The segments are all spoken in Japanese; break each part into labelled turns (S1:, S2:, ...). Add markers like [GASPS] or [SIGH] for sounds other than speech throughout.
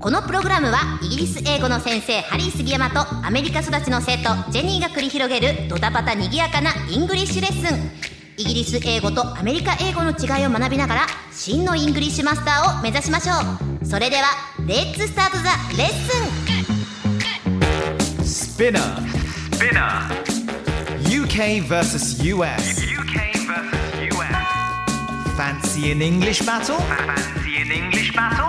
S1: このプログラムはイギリス英語の先生ハリー杉山とアメリカ育ちの生徒ジェニーが繰り広げるドタパタにぎやかなイングリッシュレッスンイギリス英語とアメリカ英語の違いを学びながら真のイングリッシュマスターを目指しましょうそれではレッツスタートザレッスン
S2: Spinner. Spinner. UK versus US.
S3: UK versus US.
S2: Fancy an English battle?
S3: Fancy an English battle?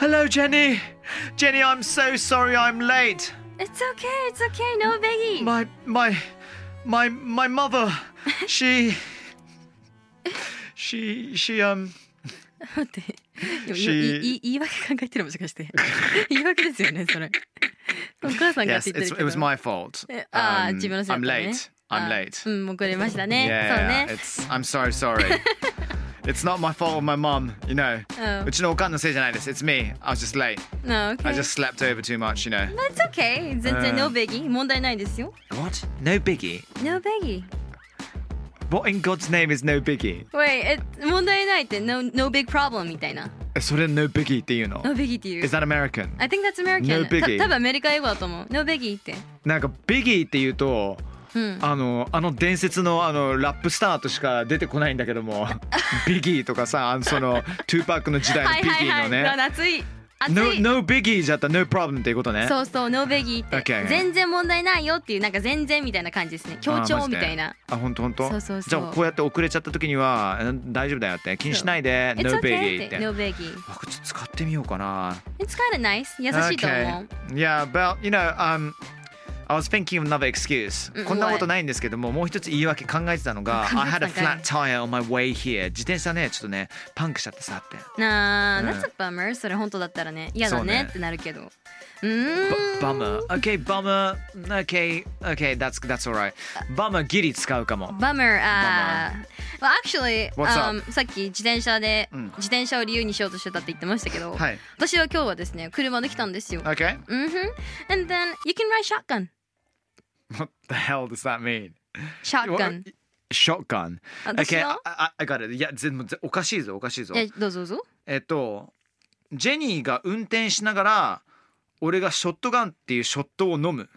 S2: Hello, Jenny. Jenny, I'm so sorry I'm late.
S4: It's okay, it's okay, no biggie.
S2: My my my my mother. [LAUGHS] She she she um
S4: 待って、でもい
S2: She-
S4: いい言い訳考えてるもしか
S2: [LAUGHS]
S4: して。言い訳ですよね、それ。お母さんがっ
S2: yes,
S4: て言っ
S2: it's,
S4: てる
S2: it
S4: けど。
S2: was my fault.
S4: えああ、
S2: Um,
S4: 自分のせいだ
S2: I'm
S4: った
S2: late.
S4: ね。
S2: I'm
S4: あ
S2: late.
S4: うん、もうこれましたね。
S2: it's I'm so [LAUGHS] sorry. it's not my fault of my mum, you know.
S4: そうね。
S2: うちのおかんのせいじゃないです。It's me. I was just late.
S4: うん。No,
S2: I
S4: okay.
S2: just slept over too much, you know.
S4: It's okay. 全
S2: う
S4: 然
S2: ん
S4: no biggie. 問題ないですよ。
S2: What? No biggie.
S4: No biggie.
S2: What in God's name is no biggie?
S4: Wait, it- 問題ないって no, no big problem みたいな。
S2: えそれ no biggie っていうの
S4: No biggie っていう
S2: Is。that American?
S4: I think that's American.
S2: No biggie
S4: た多分アメリカ英語だと思う。No biggie って。
S2: なんか biggie っていうと
S4: うん。
S2: あのあの伝説のあのラップスターとしか出てこないんだけど
S4: [LAUGHS]
S2: も biggie とかさあのそのトゥーパックの時代の
S4: はいはいは
S2: biggie の
S4: い。
S2: ね、
S4: そう熱い。熱い。
S2: no, no biggie じゃった no problem っていうことね
S4: そうそう、ノーベギーって
S2: Okay.
S4: 全然問題ないよっていうなんか全然みたいな感じですね。強調みたいな。
S2: あ本当本当
S4: そうそうそう
S2: じゃあこうやって遅れちゃった時にはえ大丈夫だよって気にしないで
S4: It's
S2: no
S4: okay
S2: biggie
S4: っ。
S2: ってて
S4: No biggie.
S2: 僕ちょっと使ってみようかな
S4: It's kind of nice. 優しいと思う。
S2: Okay. Yeah, but you know, um, I was thinking of another excuse.
S4: うん
S2: こんなことないんですけども、もう一つ言い訳考えてたのが、
S4: 考
S2: I had
S4: えて
S2: a
S4: たんかい
S2: flat tire on my way here. 自転車ね、ちょっとね、パンクしちゃってさって。
S4: なあ、
S2: うん
S4: That's a bummer. それ本当だったらね。嫌だ
S2: そう
S4: ね
S2: ね
S4: ってなるけど。うーん。
S2: Bummer. Okay, bummer. Okay, okay, that's that's alright. Bummer ギリ使うかも。
S4: Bummer. あー Well, actually,
S2: What's up?
S4: um, さっき自転車で、
S2: うん
S4: 自転車を理由にしようとしてたって言ってましたけど、
S2: はい。
S4: 私は今日はですね、車で来たんですよ。
S2: Okay.
S4: うんふん。And then, you can ride shotgun.
S2: [LAUGHS] What the hell does that mean?
S4: Shotgun.
S2: Shotgun.
S4: 私
S2: Okay,
S4: の
S2: I, I- I got it. いや、全部おかしいぞ、おかしいぞ。
S4: え、どうぞどうぞ。
S2: えっとジェニーが運転しながら俺がショットガンっていうショットを飲
S4: [LAUGHS]
S2: む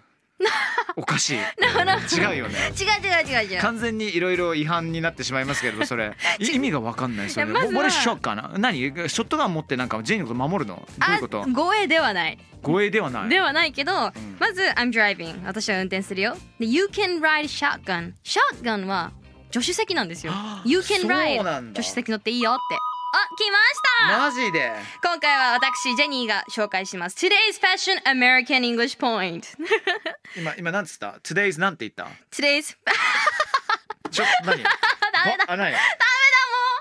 S2: おかしい違うよね
S4: 違う違う違う違う。
S2: 完全にいろいろ違反になってしまいますけれどもそ
S4: [LAUGHS]
S2: れい意味が分かんないそれ
S4: いやまずは
S2: も俺ショッカーな何ショットガン持ってなんかジェニーのこと守るのどういうこと
S4: あ護衛ではない、
S2: 護衛ではない
S4: ではないけど、まず I'm driving 私は運転するよで You can ride shotgun shotgun は助手席なんですよ
S2: あ
S4: You
S2: そ
S4: can
S2: う
S4: ride
S2: なんだ
S4: 助手席乗っていいよってあ来ました
S2: マジで
S4: 今回は私ジェニーが紹介します Today's Fashion American English Point
S2: 今今なんつった ?Today's なんて言った
S4: Today's
S2: ちょ
S4: [LAUGHS]
S2: っと何ダメだあ何ダメだ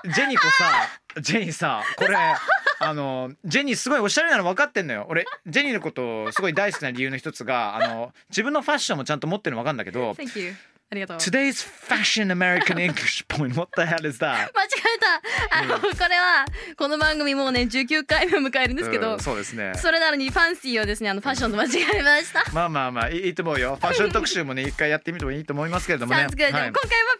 S2: もんジェニーこ
S4: [LAUGHS]
S2: さジェニーさこれあのジェニーすごいおしゃれなの分かってんのよ俺ジェニーのことをすごい大好きな理由の一つがあの自分のファッションもちゃんと持ってるの分かるんだけど
S4: Thank you ありがとう
S2: Today's fashion American English point what the hell is that
S4: 間違えたあの、これはこの番組もうね19回目を迎えるんですけど、
S2: うんそうですね
S4: それなのにファンシーをですねあのファッションと間違えました
S2: まあまあまあいいいいと思うよファッション特集もね一回やってみてもいいと思いますけれどもね
S4: Sounds
S2: はい
S4: good、でも今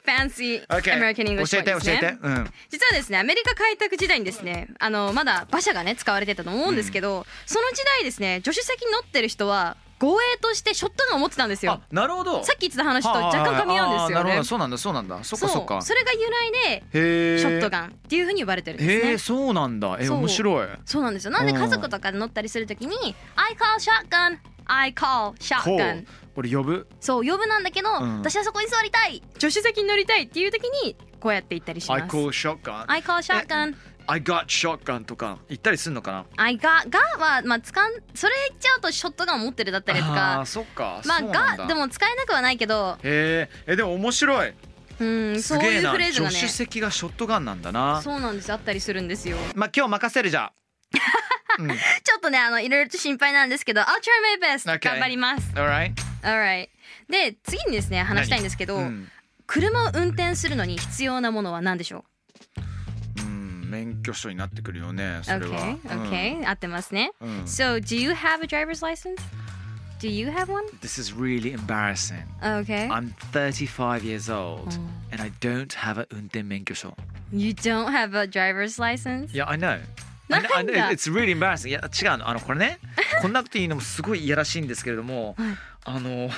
S4: 回は Fancy
S2: OK
S4: American English
S2: 教えて
S4: Point です
S2: 教え
S4: ね
S2: てうん
S4: 実はですねアメリカ開拓時代にですねあのまだ馬車がね使われてたと思うんですけど、その時代ですね助手席に乗ってる人は護衛としてショットガンを持ってたんですよ
S2: あなるほど
S4: さっき言ってた話と若干噛み合うん
S2: は
S4: ですよ
S2: あはあはあなるほ
S4: ね
S2: どそうなんだそうなんだそっか
S4: う
S2: そっか
S4: それが由来
S2: へ
S4: で
S2: え
S4: ショットガンっていうふうに呼ばれてるんですね、
S2: へえそうなんだえ
S4: そう
S2: 面白い
S4: そうなんですよなんで家族とかで乗ったりするときに「I call shotgun」I call
S2: こう
S4: shotgun
S2: 俺呼ぶ
S4: そう呼ぶなんだけど、
S2: うん
S4: 私はそこに座りたい助手席に乗りたいっていう時にこうやって行ったりします
S2: I call shotgun
S4: I call shotgun
S2: I got shotgun とか言ったりするのかな
S4: I got がはまあ使んそれ言っちゃうとショットガン持ってるだったりと
S2: あー
S4: か
S2: そっか
S4: ま
S2: そうな
S4: あ
S2: んだ
S4: がでも使えなくはないけど
S2: へーえでも面白い
S4: うん
S2: す
S4: そう
S2: げ
S4: い
S2: え
S4: う
S2: な
S4: フレーズ
S2: 助
S4: が
S2: 手
S4: ね
S2: 席がショットガンなんだな
S4: そうなんですあったりするんですよ
S2: まあ今日任せるじゃあうん
S4: ちょっとねあのいろいろと心配なんですけど I'll try my best、
S2: Okay
S4: 頑張ります、
S2: alright
S4: Alright で次にですね話したいんですけど、
S2: うん
S4: 車を運転するのに必要なものは何でしょ
S2: うん免許証になってくるよね
S4: う
S2: それは
S4: ?OK、OK、合ってますね。
S2: うんうん
S4: So, do you have a driver's license? Do you have one?
S2: This is really embarrassing
S4: Okay.
S2: I'm 35 years old
S4: うん
S2: and I don't have a 運転免許証
S4: You don't have a driver's license?
S2: いや、I know.
S4: なんだ
S2: I know- I know. It's really embarrassing. いや、違うの。あの、これ [LAUGHS] ね、こんなこと言うのもすごいいやらしいんですけれども、あの、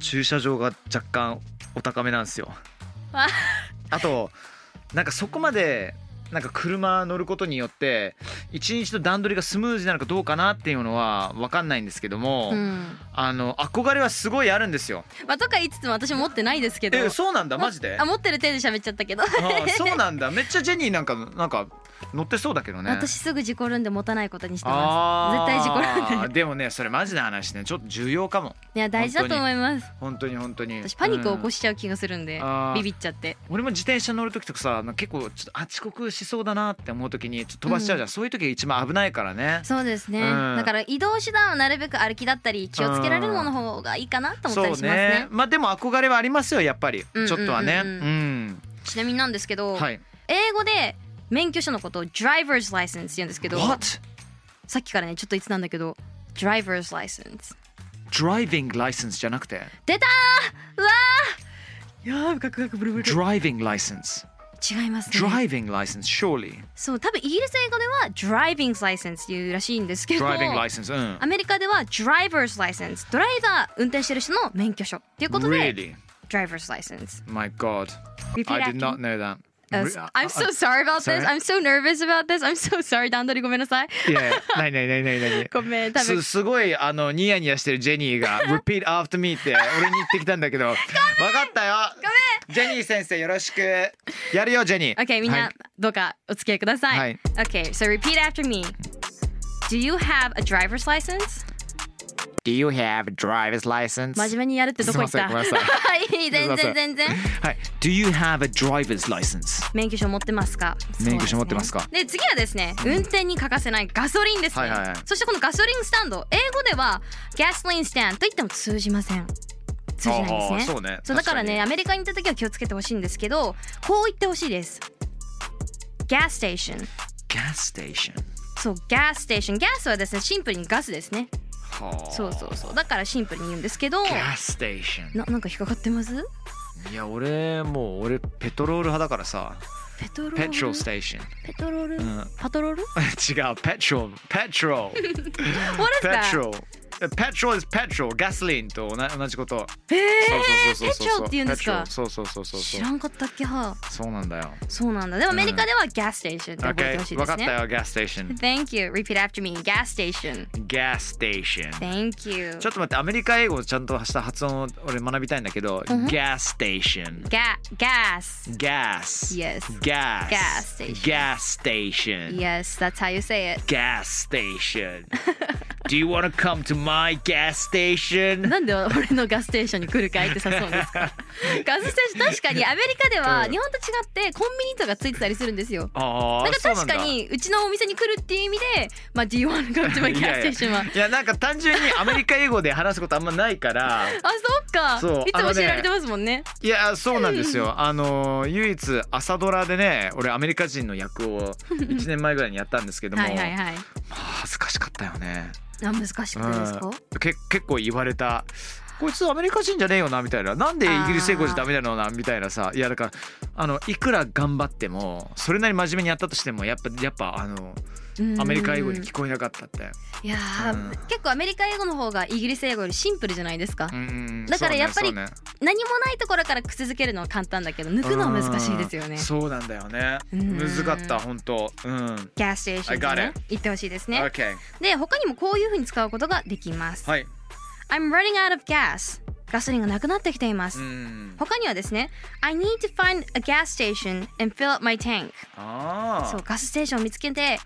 S2: 駐車場が若干お高めなんですよ。
S4: あ
S2: あと、なんかそこまで、なんか車乗ることによって一日の段取りがスムーズになるかどうかなっていうのは分かんないんですけども、
S4: うん。
S2: あの憧れはすごいあるんですよ。
S4: まあ、とか言いつつも私持ってないですけど。
S2: えそうなんだマジで
S4: あ、持ってる手で喋っちゃったけど。
S2: あそうなんだめっちゃジェニーなんかなんか乗ってそうだけどね。
S4: 私すぐ事故るんで持たないことにしてます。
S2: あ
S4: 絶対事故
S2: ー [LAUGHS]
S4: るんで。
S2: でもねそれマジな話ねちょっと重要かも
S4: いや、大事だと思います。
S2: 本当に本当に
S4: 私パニックを起こ
S2: し、
S4: しちゃう気がするんで、
S2: うんあー
S4: ビビっちゃって。
S2: うん俺も自転車乗る時とかさあの結構ちょっとあ遅刻しそうだなって思う時にちょっと飛ばしちゃうじゃん、そういう時が一番危ないからね
S4: そうですね、
S2: うん
S4: だから移動手段はなるべく歩きだったり気をつけられるものの方がいいかなと思ったりしますね
S2: まあでも憧れはありますよやっぱり、
S4: うん
S2: ちょっとはねう
S4: う
S2: ん、
S4: うんちなみになんですけど、
S2: はい
S4: 英語で免許証のことを driver's license って言うんですけど
S2: What?
S4: さっきからねちょっと言ってたんだけど driver's license
S2: Driving license じゃなくて
S4: 出たーうわーやーガクガクブルブ
S2: Driving license
S4: 違いますね
S2: Driving license surely
S4: そう多分イギリス英語では driving license っていうらしいんですけど
S2: Driving license うん
S4: アメリカでは driver's license ドライバー運転してる人の免許証っていうことで、
S2: Really?
S4: driver's license
S2: My god
S4: Repeat
S2: I
S4: after
S2: did
S4: me.
S2: not know that
S4: Uh,
S2: Re-
S4: I'm so sorry about
S2: sorry?
S4: this. I'm so nervous about this. I'm so sorry. 段取りごめんなさい。
S2: いやいや、ないないないないない。
S4: ごめん、多分
S2: すすごいあのニヤニヤしてるジェニー
S4: [LAUGHS]
S2: が「Repeat after me」って俺に言ってきたんだけど分かったよジェニー先生よろしくやるよジェニー
S4: Okay, みん
S2: は
S4: ないどうかお付き合いください。
S2: はい
S4: Okay, so repeat after me. Do you have a driver's license?
S2: Do you have a driver's license?
S4: 真面目にやるってどこ行った？
S2: すいませんごめんな
S4: [LAUGHS] いい全然全然。
S2: はい Do you have a driver's license?
S4: 免許証持ってますか？
S2: 免許証持ってますか
S4: そうですねで次はですね、運転に欠かせないガソリンですね。
S2: はいはいはい
S4: そしてこのガソリンスタンド、英語では gasoline stand と言っても通じません。通じないんです
S2: あ
S4: ね。
S2: ーそうね
S4: そうだからね、ア
S2: 確
S4: メリカに行った時は気をつけてほしいんですけど、こう言ってほしいです。gas station。
S2: Gas station
S4: そう、gas station。gas はですね、シンプルにガスですね。
S2: はあ
S4: そうそうそう。だからシンプルに言うんですけど、
S2: Gas station
S4: ななんか引っかかってます？
S2: いや俺もう俺ペトロール派だからさ
S4: ペトロール。
S2: Petrol station [LAUGHS]
S4: ペトロール。
S2: ん
S4: パトロール
S2: 違う Petrol Petrol
S4: ？What is that?
S2: Petrol Petrol is petrol ガソリンと同じ同じこと
S4: え
S2: え
S4: ー、ペチョって言うんですか
S2: そうそうそうそう
S4: 知
S2: そ
S4: ら
S2: うん
S4: かったっけは
S2: そうなんだよ
S4: そうなんだでもアメリカでは gas station って覚え
S2: OK
S4: てほしいで
S2: 分か
S4: す
S2: っ
S4: ね、
S2: たよ gas station
S4: Thank you repeat after me gas station
S2: gas station
S4: Thank you
S2: ちょっと待ってアメリカ英語をちゃんとした発音を俺学びたいんだけど gas station
S4: ga gas
S2: gas
S4: Yes
S2: gas
S4: Gas station.
S2: gas station
S4: Yes that's how you say it
S2: gas station Do you want to come to my gas station?
S4: なんで俺のガスステーションに来るかいって誘うんで
S2: [LAUGHS]
S4: すかガスステーション確かにアメリカでは日本と違ってコンビニとかついてたりするんですよ
S2: あ
S4: な
S2: あ
S4: んか
S2: そうな
S4: 確
S2: んだ
S4: かにうちのお店に来るっていう意味でまあ Do you want to go to my
S2: い
S4: gas
S2: やい
S4: station はあ
S2: や [LAUGHS] いやなんか単純にアメリカ英語で話すことあんまない
S4: [LAUGHS]
S2: から
S4: そっ
S2: そう
S4: かいつ
S2: あの
S4: も
S2: ね
S4: 教えられてますもんね
S2: いやそうなんですよ。あの唯一朝ドラでね、俺アメリカ人の役を1年前ぐらいにやったんですけども、
S4: [LAUGHS] はいはいはい
S2: まあ恥ずかしかったよね。
S4: あ難しくてですか
S2: うんけ結構言われた。こいつアメリカ人じゃねえよなみたいな。なんでイギリス英語じゃダメだろうなみたいなさ。いやだからあのいくら頑張ってもそれなりに真面目にやったとしてもやっぱやっぱあの
S4: うん
S2: アメリカ英語に聞こえなかったって。
S4: いやー、
S2: うん
S4: 結構アメリカ英語の方がイギリス英語よりシンプルじゃないですか、
S2: うんうん
S4: だからやっぱり
S2: そうね
S4: 何もないところから口づけるのは簡単だけど抜
S2: そうね
S4: くのは難しいですよ
S2: う
S4: ね
S2: んそうなんだよね。
S4: うん
S2: 難かった本当。うん。
S4: ガスステーションで
S2: I got
S4: ね
S2: it.
S4: 言ってほしいですね
S2: OK。
S4: で他にもこういう風に使うことができます、
S2: はい。
S4: I'm running out of gas ガソリンがなくなってきています、
S2: うん
S4: 他にはですね I need to find a gas station and fill up my tank
S2: あ
S4: そう
S2: あ
S4: ガスステーションを見つけて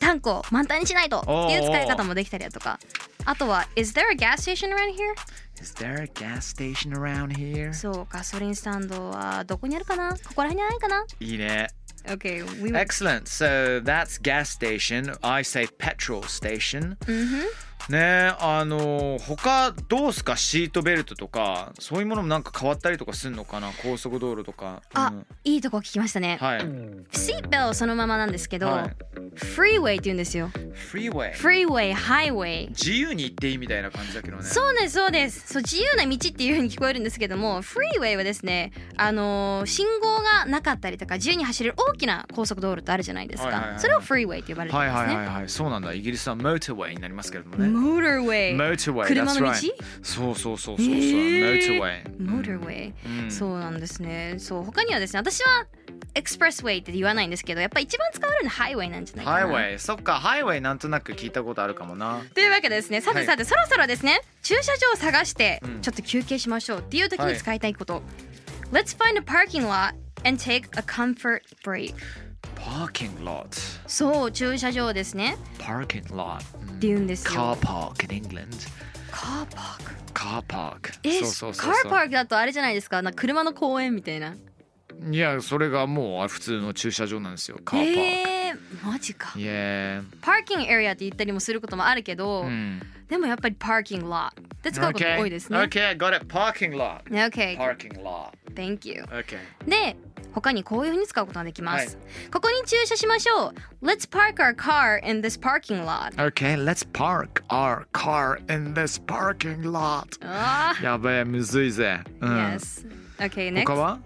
S4: タンクを満タンにしないとって
S2: おー
S4: いう使い方もできたりだとかあとは Is there a gas station around here?
S2: Is there a gas station around here?
S4: そうガソリンスタンドはどこにあるかなここら辺にないかな
S2: いいね
S4: ?Okay, we will...
S2: Excellent so that's gas station I say petrol station
S4: うん
S2: ねえあの他どうすかシートベルトとかそういうものもなんか変わったりとかするのかな高速道路とか、
S4: あ
S2: うん
S4: いいとこ聞きましたね。
S2: はい、
S4: シートベルトそのままなんですけど、
S2: はい
S4: フリーウェイって言うんですよ。
S2: フリーウェイ
S4: フリーウェイ、ハイウェイ。
S2: 自由に行っていいみたいな感じだけどね
S4: そうですそうですそう自由な道っていう風に聞こえるんですけどもフリーウェイはですねあのー信号がなかったりとか自由に走れる大きな高速道路ってあるじゃないですか、
S2: はいはいはいはい
S4: それをフリーウェイって呼ばれてるん
S2: はい
S4: ですね、
S2: はいはいはいそうなんだイギリスはモーターウェイになりますけれどもね
S4: モーターウェイ
S2: モーターウェイ
S4: 車の道
S2: that's right そうそうそうそうそう、
S4: えー
S2: モーターウェイ
S4: モーターウェイ、
S2: うん
S4: そうなんですねそう他にはですね私はエクスプレスウェイって言わないんですけどやっぱ一番使われるのはハイウェイなんじゃないかな
S2: ハイウェイそっかハイウェイなんとなく聞いたことあるかもな
S4: というわけでですねさてさて、そろそろですね駐車場を探して
S2: うん
S4: ちょっと休憩しましょうっていう時
S2: は
S4: に
S2: い
S4: 使いたいこと、Let's find a parking lot and take a comfort break
S2: パーキングロット
S4: そう駐車場ですね
S2: パーキングロット
S4: って言うんです
S2: カー
S4: よ
S2: パーク in England
S4: カーパーク
S2: カーパーク
S4: えカーパー
S2: ー
S4: クだとあれじゃないですかなんか車の公園みたいな
S2: クいやそれがもう普通の駐車場なんですよカーパー
S4: えー、マジか
S2: クイエー
S4: パーキングエリアって言ったりもすることもあるけど、
S2: うん
S4: でもやっぱりパーキングロットで使うこと多いですね
S2: OK OK I got it パーキングロット
S4: Okay,
S2: パーキングロ
S4: thank you
S2: ット OK
S4: で他にこういうふうに使うことができます、ここに駐車しましょう Let's park our car in this parking lot
S2: Okay, let's park our car in this parking
S4: [LAUGHS]
S2: lot. Mm.
S4: あ
S2: やべえ、むずいぜ。う
S4: ー、
S2: ん
S4: Yes Okay
S2: 他
S4: next
S2: は、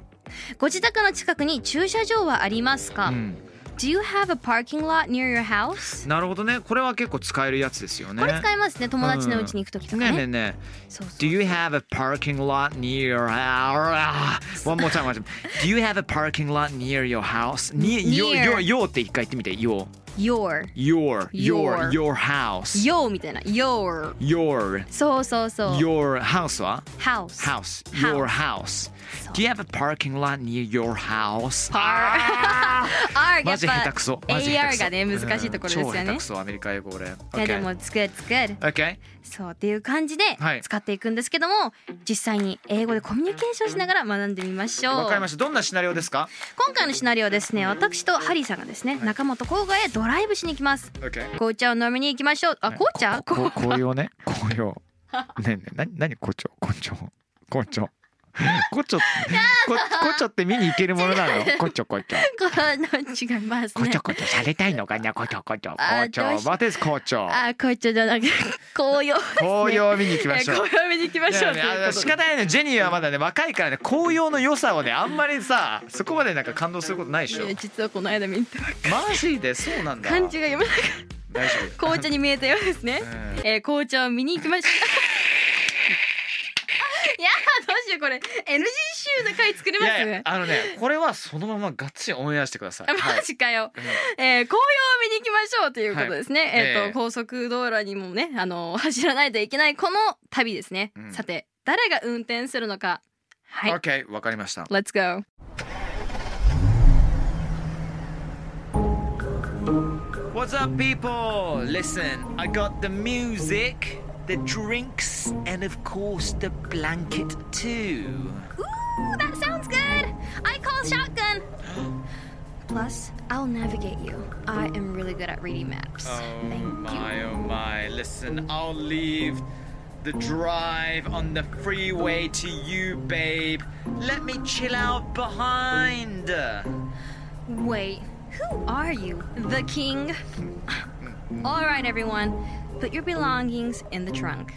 S4: ご自宅の近くに駐車場はありますか、
S2: うん、
S4: Do you have a parking lot near your house?
S2: なるほどね。これは結構使えるやつですよね。
S4: これ使いますね友達の家に行くときとか
S2: ねえ
S4: ね,、
S2: ねえねえ。
S4: そうそ
S2: Do
S4: う
S2: you have a parking lot near your house? Ah, One more time, one more time. Do you have a parking lot near your house? Near, your, your, your って一回言ってみて。Your,
S4: Your
S2: your, your,
S4: Your
S2: your house.
S4: Yo Oh. みたいな Your
S2: Your,
S4: そうそうそう
S2: your house は
S4: House [LAUGHS]
S2: House, your house. Do you have a parking lot near your house? あー
S4: R が
S2: マ
S4: やっ
S2: ジ下手
S4: ぱ
S2: くそ。マジ下手く
S4: AR
S2: そ
S4: がね難しいところですよ
S2: うん超下手
S4: ね
S2: くそアメリカ英語俺。
S4: いやでも
S2: OK。
S4: it's good it's good
S2: OK。
S4: そうっていう感じで
S2: はい
S4: 使っていくんですけども、実際に英語でコミュニケーションしながら学んでみましょう
S2: わかりました。どんなシナリオですか
S4: 今回のシナリオはですね私とハリーさんがですね、中本郊外へドライブしに行きます
S2: ?OK。
S4: 紅茶を飲みに行きましょうあ紅茶
S2: こ
S4: 紅
S2: 紅葉ね。紅葉。ねえねえ、なに、なに、紅茶、紅茶。紅茶。紅茶。こ紅茶って見に行けるものな
S4: [LAUGHS]
S2: の。紅茶、紅茶。
S4: 茶 [LAUGHS] 違います
S2: 紅
S4: ね
S2: 茶、紅茶、されたいのかな、紅茶、紅茶。
S4: あ
S2: 紅
S4: ーどうし
S2: 茶。What is 紅茶。
S4: あ紅茶じゃなくて紅葉ですね
S2: 紅葉を見に行きましょう。
S4: 紅葉見に行きま
S2: いや
S4: しょうと
S2: ね
S4: いうこと
S2: あ
S4: で
S2: の仕方ないねジェニーはまだね若いからね紅葉の良さをねあんまりさそこまでなんか感動することないでしょ
S4: いや実はこの間見て
S2: マジでそうなんだ
S4: 漢字が読めなかっ
S2: 大丈
S4: た
S2: 夫
S4: 紅茶に見えたようですね
S2: うん
S4: えー、紅茶を見に行き [LAUGHS] ましたいやーどうしようこれ NG 集の回作れ
S2: い
S4: ます
S2: やいやあのねこれはそのままがっつりオンエアしてください、
S4: マジかよ、えー紅葉を見に行きましょうということですね、えっ、
S2: ええ
S4: と高速道路にもねあの走らないといけないこの旅ですね、
S2: うん
S4: さて誰が運転するのかはい、
S2: はい、OK わかりました
S4: Let's go
S2: What's up, people? Listen, I got the music, the drinks, and of course the blanket too.
S4: Ooh, that sounds good I call [GASPS] shotgun Plus, I'll navigate you. I am really good at reading maps.
S2: Oh my, oh my. Listen, I'll leave the drive on the freeway to you, babe. Let me chill out behind.
S4: Wait, who are you? The king? All right, everyone, put your belongings in the trunk.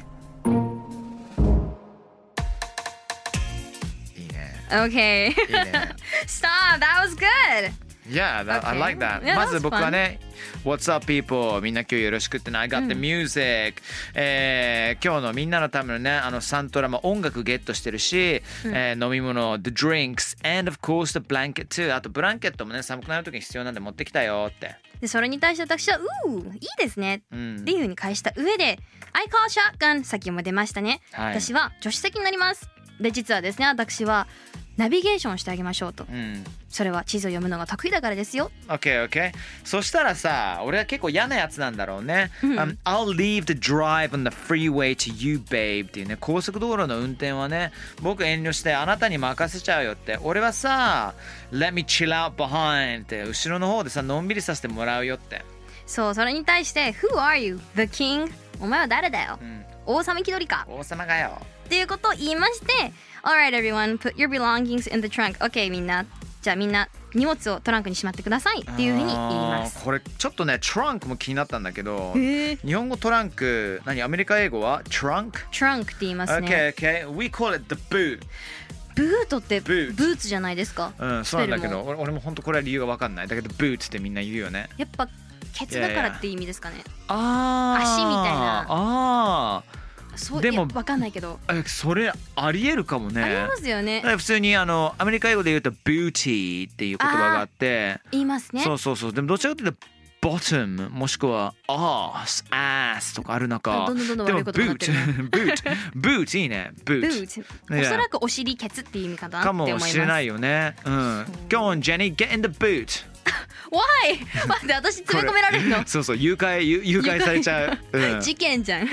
S2: いいね。
S4: Okay.
S2: いいね。
S4: [LAUGHS] Stop, that was good.
S2: Yeah, that, I
S4: Okay.
S2: like that.
S4: Yeah,
S2: ま
S4: that
S2: ず
S4: was
S2: 僕はね、What's up, people? みんな今日よろしくってね、I got the music、えー今日のみんなのためのね、あのサントラも音楽ゲットしてるし、えー飲み物、the drinks, and of course the blanket too. あとブランケットもね、寒くなるときに必要なんで持ってきたよって。
S4: でそれに対して私は「うーいいですね」
S2: うん
S4: っていうふうに返した上で「I call shotgun」さっきも出ましたね、
S2: はい
S4: 私は助手席になりますで実はですね私はナビゲーションしてあげましょうと
S2: うん。
S4: それは地図を読むのが得意だからですよ
S2: OK, OK. そしたらさ、俺は結構嫌なやつなんだろうね。
S4: うん
S2: Um, I'll leave the drive on the freeway to you, babe. っていうね、高速道路の運転はね、僕遠慮してあなたに任せちゃうよって。俺はさ、Let me chill out behind って、後ろの方でさ、のんびりさせてもらうよって。
S4: そうそれに対して「Who are you? The king? お前は誰だよ
S2: うん、
S4: 王様気取りか」
S2: 王様がよ。
S4: っていうことを言いまして「Alright everyone put your belongings in the trunk OK みんなじゃあみんな荷物をトランクにしまってください」っていうふうに言います
S2: あーこれ、ちょっとね、トランクも気になったんだけど、
S4: へえ
S2: 日本語トランク、何アメリカ英語はトランク
S4: トランクって言いますね、
S2: ?OK, OK. We call it the boot.
S4: ブートってブ
S2: ブー
S4: ー
S2: ツ
S4: ツじゃないですか、
S2: うん、そうなんだけ
S4: スペル
S2: ど、
S4: も
S2: 俺俺も本当これは理由がわかんない。だけど、ブーツってみんな言うよね。
S4: やっぱケツだからって意味ですかね
S2: あ
S4: ー足みたいな
S2: あ
S4: そう
S2: で
S4: で
S2: も
S4: もわかんないけど、
S2: あ、えそれありえるかもね。
S4: ありますよね
S2: だから普通にあのアメリカ英語で言うと、ビューティーっていう言葉があって、
S4: 言いますね
S2: そうそうそう。でもどちらかというと、ボトムもしくはアース、アースとかある中
S4: ど。んどんどんどん
S2: で
S4: 悪
S2: も
S4: い
S2: ブ
S4: ことになっ
S2: ー
S4: て
S2: ツ
S4: る
S2: [LAUGHS]
S4: な、
S2: ブーツ、ブーツいいね、ブ
S4: ブ
S2: ーツ。
S4: ーツ
S2: ね
S4: おそらくお尻ケツっていう意味かなって
S2: か
S4: 思い
S2: も
S4: ます
S2: しれないよね。うん。Go on, Jenny, get in the boot.
S4: Why? 待って私詰め込められるの
S2: こ、 [LAUGHS] そうそう、誘拐、誘誘拐されちゃう。うん
S4: 事件じゃん
S2: ね、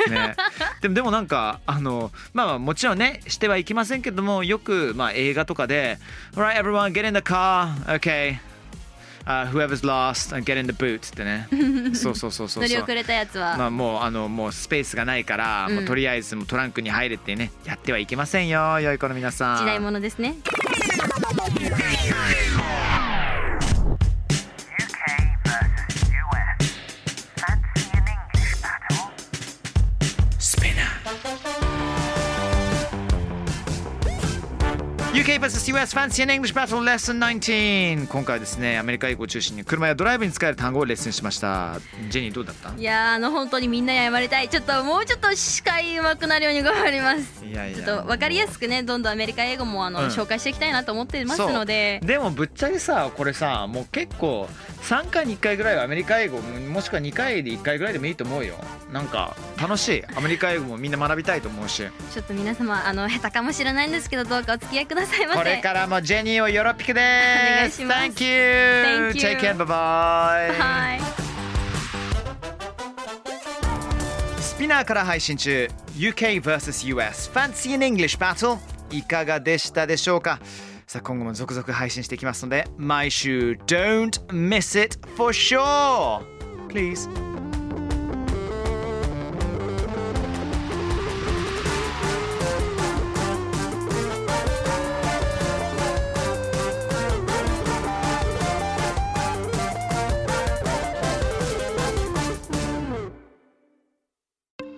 S2: でもでもなんかあのまあまあもちろんねしてはいけませんけどもよくまあ映画とかで「Alright everyone get in the car okay、uh, whoever's lost get in the boot」ってねそうそうそうそう
S4: 乗り
S2: そ
S4: 遅
S2: う。
S4: れたやつは、
S2: まあもうあのもうスペースがないから、もうとりあえずもうトランクに入れってねやってはいけませんよ良い子の皆さん
S4: 時代物ですね
S3: UK versus US. Fancy
S2: ス
S3: an English battle?
S2: ペナー UK vs US Fancy and English Battle Lesson 19今回はですねアメリカ英語を中心に車やドライブに使える単語をレッスンしましたジェニーどうだった
S4: いやーあの本当にみんなに謝りたいちょっともうちょっと司会上手くなるように頑張ります
S2: いやいや
S4: ちょっと分かりやすくねどんどんアメリカ英語もあの、
S2: うん
S4: 紹介していきたいなと思ってますので
S2: そうでもぶっちゃけさこれさもう結構3回に1回ぐらいはアメリカ英語もしくは2回で1回ぐらいでもいいと思うよなんか楽しいアメリカ英語もみんな学びたいと思うし
S4: ちょっと皆様あの下手かもしれないんですけどどうかお付き合いくださいませ
S2: これからもジェニーをよろぴくで
S4: お願い
S2: す
S4: します
S2: Thank you!
S4: Thank you
S2: Take care! Bye bye!
S4: はい
S2: スピナーから配信中 UK vs.US Fancy in English Battle いかがでしたでしょうかさあ今後も続々配信していきますので毎週 Don't miss it for sure! Please!
S5: Spotify